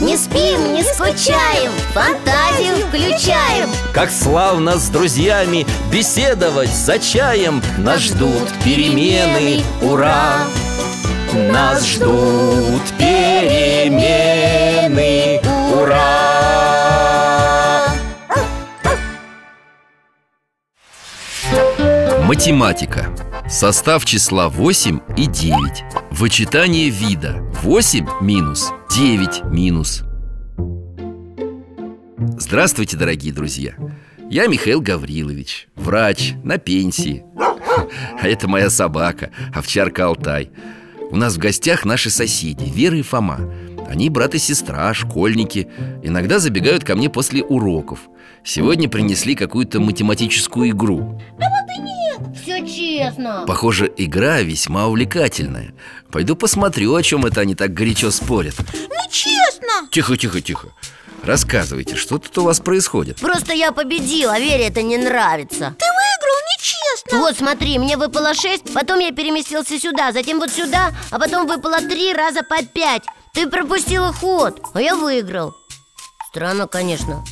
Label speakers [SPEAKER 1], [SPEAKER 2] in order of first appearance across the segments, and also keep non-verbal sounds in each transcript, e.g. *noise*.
[SPEAKER 1] Не спим, не скучаем, фантазию включаем
[SPEAKER 2] Как славно с друзьями Беседовать за чаем Нас ждут перемены, ура! Нас ждут перемены, ура!
[SPEAKER 3] Математика. Состав числа 8 и 9. Вычитание вида 8 минус 9 минус. Здравствуйте, дорогие друзья. Я Михаил Гаврилович, врач, на пенсии. *laughs* А это моя собака, овчарка Алтай. У нас в гостях наши соседи Вера и Фома Они брат и сестра, школьники Иногда забегают ко мне после уроков Сегодня принесли какую-то математическую игру
[SPEAKER 1] Все честно
[SPEAKER 3] Похоже, игра весьма увлекательная Пойду посмотрю, о чем это они так горячо спорят
[SPEAKER 4] Ну честно
[SPEAKER 3] Тихо, тихо, тихо Рассказывайте, что тут у вас происходит?
[SPEAKER 1] Просто я победила, Вере это не нравится
[SPEAKER 4] Ты выиграл нечестно
[SPEAKER 1] Вот смотри, мне выпало шесть, потом я переместился сюда, затем вот сюда, а потом выпало три раза по пять Ты пропустила ход, а я выиграл Странно, конечно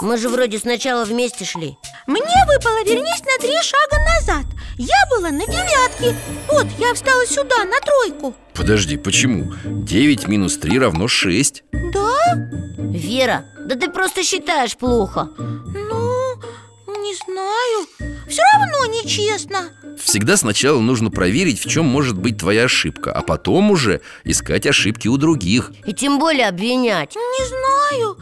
[SPEAKER 1] Мы же вроде сначала вместе шли
[SPEAKER 4] Мне выпало вернись на три шага назад Я была на девятке Вот, я встала сюда, на тройку
[SPEAKER 3] Подожди, почему? 9 минус 3 равно 6
[SPEAKER 4] Да?
[SPEAKER 1] Вера, да ты просто считаешь плохо
[SPEAKER 4] Ну, не знаю Все равно нечестно
[SPEAKER 3] Всегда сначала нужно проверить, в чем может быть твоя ошибка А потом уже искать ошибки у других
[SPEAKER 1] И тем более обвинять
[SPEAKER 4] Не знаю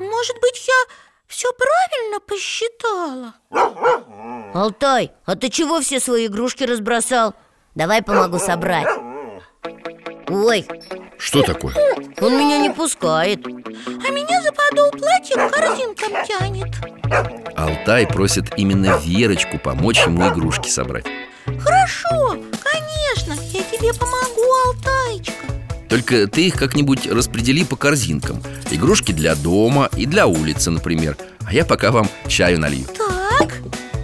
[SPEAKER 4] Может быть, я все правильно посчитала
[SPEAKER 1] Алтай, а ты чего все свои игрушки разбросал? Давай помогу собрать Ой,
[SPEAKER 3] Что такое?
[SPEAKER 1] он меня не пускает
[SPEAKER 4] А меня за подол платья к корзинкам тянет
[SPEAKER 3] Алтай просит именно Верочку помочь ему игрушки собрать
[SPEAKER 4] Хорошо, конечно, я тебе помогу, Алтайчка
[SPEAKER 3] Только ты их как-нибудь распредели по корзинкам Игрушки для дома и для улицы, например А я пока вам чаю налью
[SPEAKER 4] Так,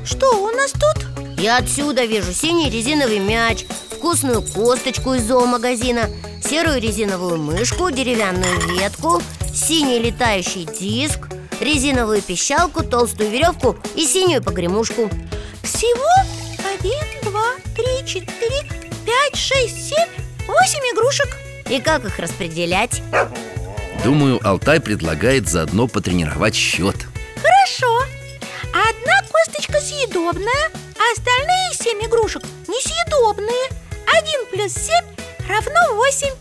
[SPEAKER 4] что у нас тут?
[SPEAKER 1] Я отсюда вижу синий резиновый мяч, вкусную косточку из зоомагазина, серую резиновую мышку, деревянную ветку, синий летающий диск, резиновую пищалку, толстую веревку и синюю погремушку.
[SPEAKER 4] Всего один, два, три, четыре, пять, шесть, семь, восемь игрушек
[SPEAKER 1] И как их распределять?
[SPEAKER 3] Думаю, Алтай предлагает заодно потренировать счет
[SPEAKER 4] Хорошо Одна косточка съедобная, а остальные семь игрушек несъедобные Один плюс семь равно восемь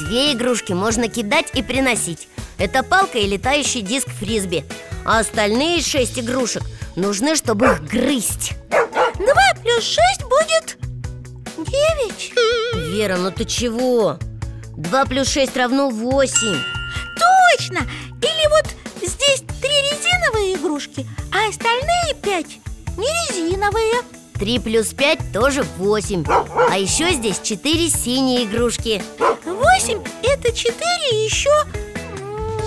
[SPEAKER 1] Две игрушки можно кидать и приносить. Это палка и летающий диск фрисби. А остальные шесть игрушек нужны, чтобы их грызть.
[SPEAKER 4] Два плюс шесть будет девять
[SPEAKER 1] Вера, ну ты чего? Два плюс шесть равно восемь.
[SPEAKER 4] Точно! Или вот здесь три резиновые игрушки, а остальные пять не резиновые
[SPEAKER 1] 3 плюс 5 тоже 8 А еще здесь 4 синие игрушки
[SPEAKER 4] Восемь – это четыре еще... м,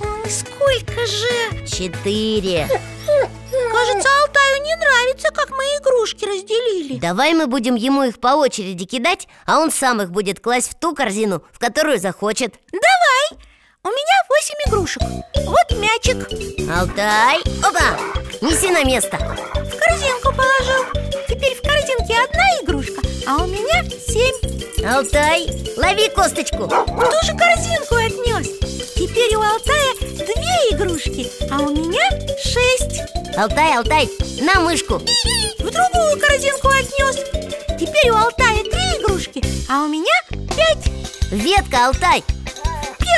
[SPEAKER 4] м, Сколько же?
[SPEAKER 1] 4
[SPEAKER 4] Кажется, Алтаю не нравится, как мы игрушки разделили
[SPEAKER 1] Давай мы будем ему их по очереди кидать А он сам их будет класть в ту корзину, в которую захочет
[SPEAKER 4] Давай! У меня восемь игрушек Вот мячик
[SPEAKER 1] Алтай, опа, неси на место
[SPEAKER 4] В корзинку положил Теперь в корзинке одна игрушка, а у меня семь
[SPEAKER 1] Алтай, лови косточку
[SPEAKER 4] В ту же корзинку отнес Теперь у Алтая две игрушки, а у меня шесть
[SPEAKER 1] Алтай, Алтай, на мышку
[SPEAKER 4] В другую корзинку отнес Теперь у Алтая три игрушки, а у меня пять
[SPEAKER 1] Ветка, Алтай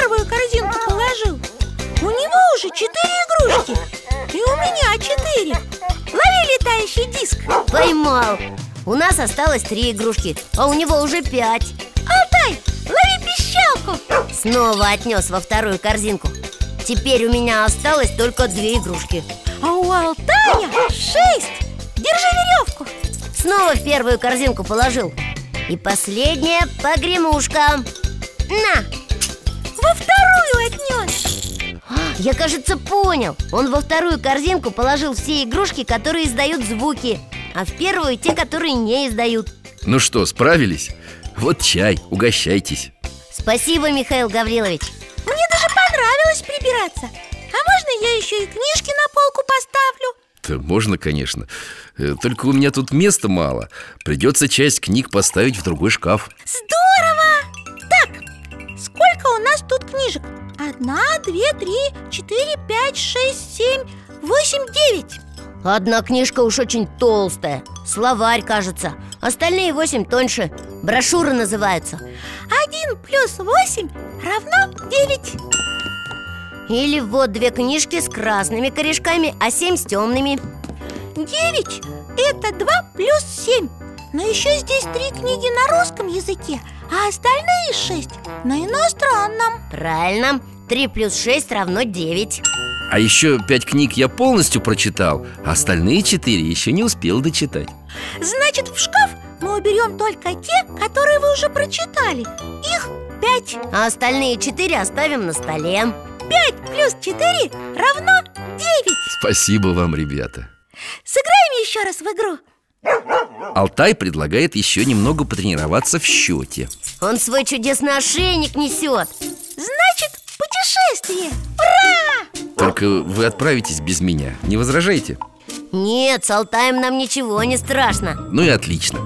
[SPEAKER 4] первую корзинку положил У него уже четыре игрушки И у меня четыре Лови летающий диск
[SPEAKER 1] Поймал У нас осталось три игрушки, а у него уже пять
[SPEAKER 4] Алтай, лови пищалку
[SPEAKER 1] Снова отнес во вторую корзинку Теперь у меня осталось только две игрушки
[SPEAKER 4] А у Алтая шесть Держи веревку
[SPEAKER 1] Снова в первую корзинку положил И последняя погремушка На!
[SPEAKER 4] Во вторую отнес
[SPEAKER 1] Я, кажется, понял Он во вторую корзинку положил все игрушки, которые издают звуки А в первую те, которые не издают
[SPEAKER 3] Ну что, справились? Вот чай, угощайтесь
[SPEAKER 1] Спасибо, Михаил Гаврилович
[SPEAKER 4] Мне даже понравилось прибираться А можно я еще и книжки на полку поставлю?
[SPEAKER 3] Да можно, конечно Э, Только у меня тут места мало Придется часть книг поставить в другой шкаф
[SPEAKER 4] Здорово! Так, сколько у нас тут книжек? Одна, две, три, четыре, пять, шесть, семь, восемь, девять
[SPEAKER 1] Одна книжка уж очень толстая Словарь, кажется Остальные восемь тоньше Брошюры называются
[SPEAKER 4] Один плюс восемь равно девять
[SPEAKER 1] Или вот две книжки с красными корешками, а семь с темными
[SPEAKER 4] Девять – это два плюс семь Но еще здесь три книги на русском языке А остальные шесть – на иностранном
[SPEAKER 1] Правильно, 3 плюс 6 равно 9
[SPEAKER 3] А еще пять книг я полностью прочитал а Остальные четыре еще не успел дочитать
[SPEAKER 4] Значит, в шкаф мы уберем только те, которые вы уже прочитали Их пять
[SPEAKER 1] А остальные 4 оставим на столе
[SPEAKER 4] Пять плюс четыре равно девять
[SPEAKER 3] Спасибо вам, ребята
[SPEAKER 4] Сыграем еще раз в игру
[SPEAKER 3] Алтай предлагает еще немного потренироваться в счете
[SPEAKER 1] Он свой чудесный ошейник несет
[SPEAKER 4] Значит, путешествие
[SPEAKER 3] Только вы отправитесь без меня, не возражаете?
[SPEAKER 1] Нет, с Алтаем нам ничего не страшно
[SPEAKER 3] Ну и отлично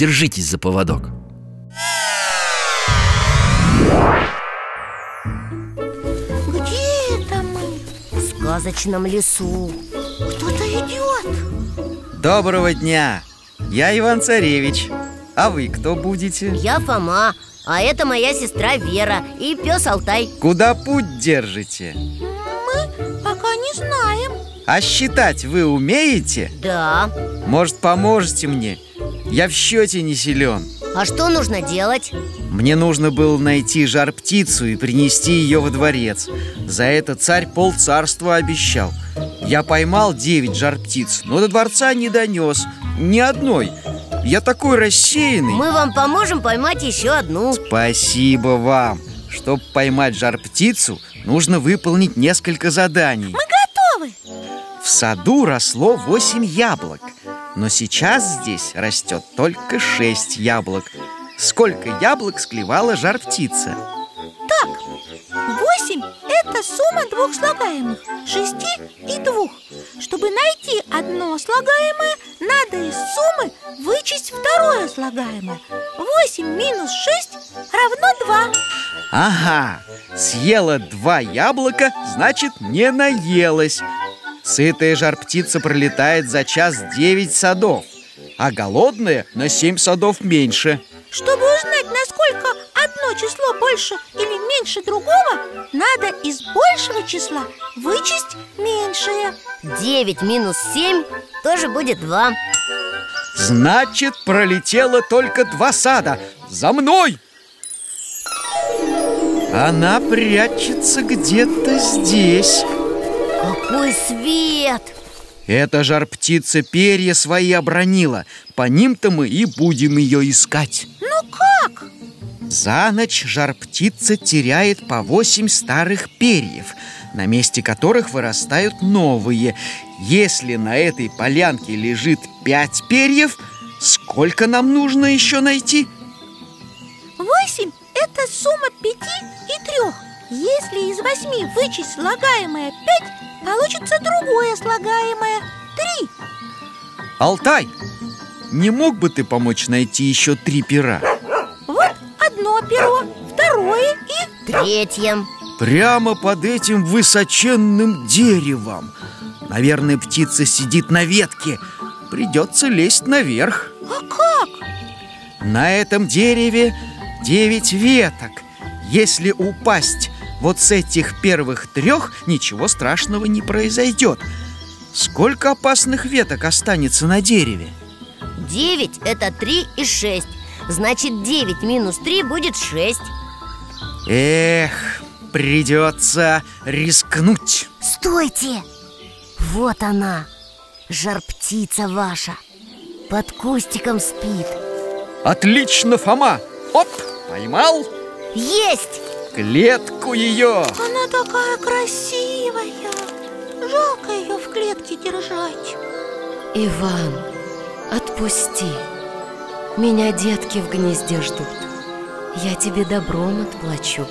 [SPEAKER 3] Держитесь за поводок
[SPEAKER 4] Где это мы?
[SPEAKER 1] В сказочном лесу
[SPEAKER 4] Кто-то идет
[SPEAKER 5] Доброго дня! Я Иван Царевич. А вы кто будете?
[SPEAKER 1] Я Фома, а это моя сестра Вера и пес Алтай
[SPEAKER 5] Куда путь держите?
[SPEAKER 4] Мы пока не знаем
[SPEAKER 5] А считать вы умеете?
[SPEAKER 1] Да,
[SPEAKER 5] Может, поможете мне? Я в счете не силен.
[SPEAKER 1] а что нужно делать?
[SPEAKER 5] Мне нужно было найти жар-птицу и принести ее во дворец. За это царь полцарства обещал. Я поймал девять жар-птиц, но до дворца не донес. Ни одной. Я такой рассеянный.
[SPEAKER 1] Мы вам поможем поймать еще одну
[SPEAKER 5] Спасибо вам. Чтобы поймать жар-птицу, нужно выполнить несколько заданий.
[SPEAKER 4] Готовы?
[SPEAKER 5] В саду росло 8 яблок, но сейчас здесь растет только 6 яблок. Сколько яблок склевала жар-птица?
[SPEAKER 4] Так, восемь – это сумма двух слагаемых Шести и двух Чтобы найти одно слагаемое, надо из суммы вычесть второе слагаемое Восемь минус шесть равно два
[SPEAKER 5] Ага, съела два яблока, значит, не наелась. Сытая жар-птица пролетает за час 9 садов, а голодная на 7 садов меньше.
[SPEAKER 4] Чтобы узнать, насколько одно число больше или меньше другого, надо из большего числа вычесть меньшее.
[SPEAKER 1] 9 минус 7 тоже будет 2
[SPEAKER 5] Значит, пролетело только два сада За мной! Она прячется где-то здесь
[SPEAKER 1] Какой свет!
[SPEAKER 5] Эта жар-птица перья свои обронила По ним-то мы и будем ее искать
[SPEAKER 4] Ну как?
[SPEAKER 5] За ночь жар-птица теряет по восемь старых перьев, на месте которых вырастают новые. Если на этой полянке лежит пять перьев, сколько нам нужно еще найти?
[SPEAKER 4] Восемь – это сумма пяти и трех. Если из восьми вычесть слагаемое пять, получится другое слагаемое – три.
[SPEAKER 5] Алтай, не мог бы ты помочь найти еще три пера?
[SPEAKER 4] Вот одно перо, второе и
[SPEAKER 1] Третье
[SPEAKER 5] Прямо под этим высоченным деревом. Наверное, птица сидит на ветке. Придется лезть наверх.
[SPEAKER 4] А как?
[SPEAKER 5] На этом дереве девять веток. Если упасть вот с этих первых трех, ничего страшного не произойдет. Сколько опасных веток останется на дереве?
[SPEAKER 1] 9 это 3 и 6 Значит 9 минус 3 будет 6
[SPEAKER 5] Эх, Придется рискнуть.
[SPEAKER 1] Стойте! Вот она, жар-птица ваша Под кустиком спит
[SPEAKER 5] Отлично, Фома! Оп! Поймал
[SPEAKER 1] Есть!
[SPEAKER 5] клетку ее!
[SPEAKER 4] Она такая красивая Жалко ее в клетке держать
[SPEAKER 6] Иван, отпусти Меня детки в гнезде ждут Я тебе добром отплачу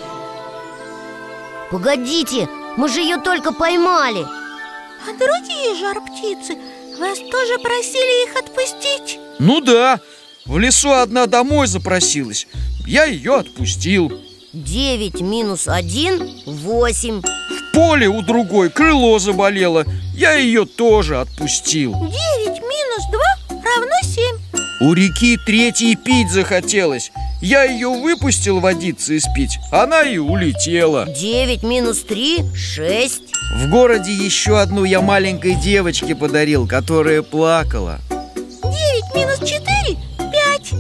[SPEAKER 1] Погодите, мы же ее только поймали
[SPEAKER 4] А другие жар-птицы Вас тоже просили их отпустить
[SPEAKER 5] Ну да, в лесу одна домой запросилась Я ее отпустил
[SPEAKER 1] 9 минус 1 – 8
[SPEAKER 5] В поле у другой крыло заболело Я ее тоже отпустил
[SPEAKER 4] 9 минус 2 равно 7
[SPEAKER 5] У реки третьей пить захотелось Я ее выпустил водиться и спить Она и улетела
[SPEAKER 1] 9 минус 3 – 6
[SPEAKER 5] В городе еще одну я маленькой девочке подарил Которая плакала
[SPEAKER 4] 9 минус 4 5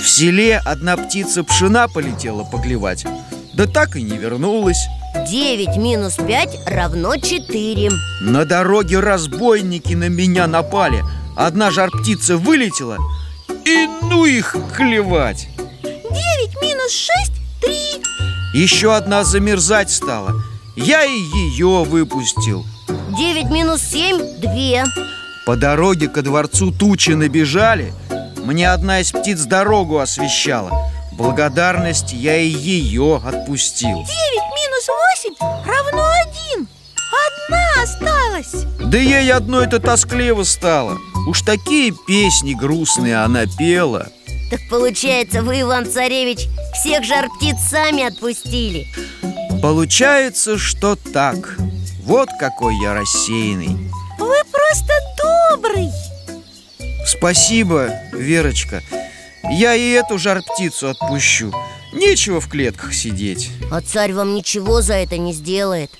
[SPEAKER 5] В селе одна птица пшена полетела поклевать Да так и не вернулась
[SPEAKER 1] 9 минус 5 равно 4
[SPEAKER 5] На дороге разбойники на меня напали Одна жар-птица вылетела И ну их клевать
[SPEAKER 4] 9 минус 6 3
[SPEAKER 5] Еще одна замерзать стала Я и ее выпустил
[SPEAKER 1] 9 минус 7 – 2
[SPEAKER 5] По дороге ко дворцу тучи набежали Мне одна из птиц дорогу освещала Благодарность я и ее отпустил
[SPEAKER 4] 9 минус 8 равно 1 Одна осталась
[SPEAKER 5] Да ей одно это тоскливо стало Уж такие песни грустные она пела
[SPEAKER 1] Так получается, вы, Иван-Царевич, всех жар-птиц сами отпустили
[SPEAKER 5] Получается, что так Вот какой я рассеянный
[SPEAKER 4] Вы просто добрый
[SPEAKER 5] Спасибо, Верочка. Я и эту жар-птицу отпущу. Нечего в клетках сидеть.
[SPEAKER 1] А царь вам ничего за это не сделает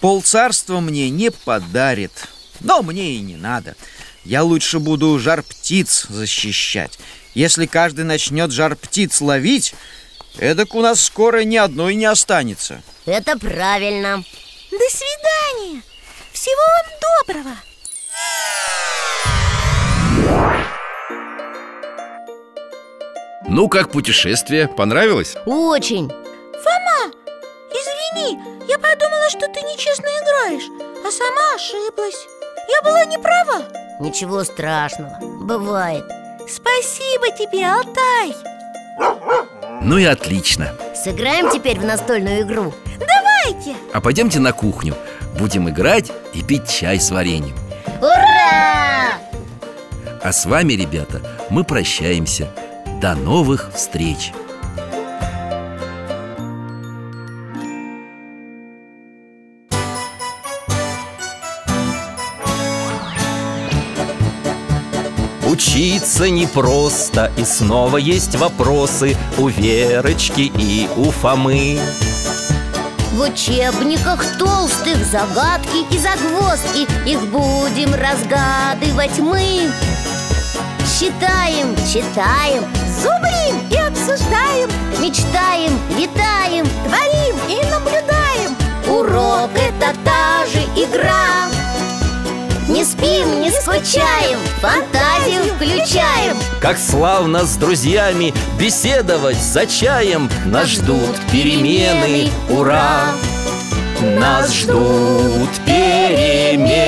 [SPEAKER 5] Полцарства мне не подарит. Но мне и не надо. Я лучше буду жар-птиц защищать. Если каждый начнет жар-птиц ловить, эдак у нас скоро ни одной не останется.
[SPEAKER 1] Это правильно
[SPEAKER 4] До свидания Всего вам доброго
[SPEAKER 3] Ну, как путешествие? Понравилось?
[SPEAKER 1] Очень
[SPEAKER 4] Фома, извини, я подумала, что ты нечестно играешь А сама ошиблась Я была не права
[SPEAKER 1] Ничего страшного, бывает
[SPEAKER 4] Спасибо тебе, Алтай
[SPEAKER 3] Ну и отлично
[SPEAKER 1] Сыграем теперь в настольную игру
[SPEAKER 4] Давайте
[SPEAKER 3] А пойдемте на кухню Будем играть и пить чай с вареньем
[SPEAKER 1] Ура!
[SPEAKER 3] А с вами, ребята, мы прощаемся До новых встреч
[SPEAKER 2] Учиться непросто И снова есть вопросы У Верочки и у Фомы
[SPEAKER 1] В учебниках толстых загадки и загвоздки Их будем разгадывать мы Считаем, читаем, зубрим и обсуждаем Мечтаем, летаем, творим и наблюдаем Урок это та же игра Не спим, не скучаем, фантазию включаем
[SPEAKER 2] Как славно с друзьями Беседовать за чаем Нас ждут перемены, ура! Нас ждут перемены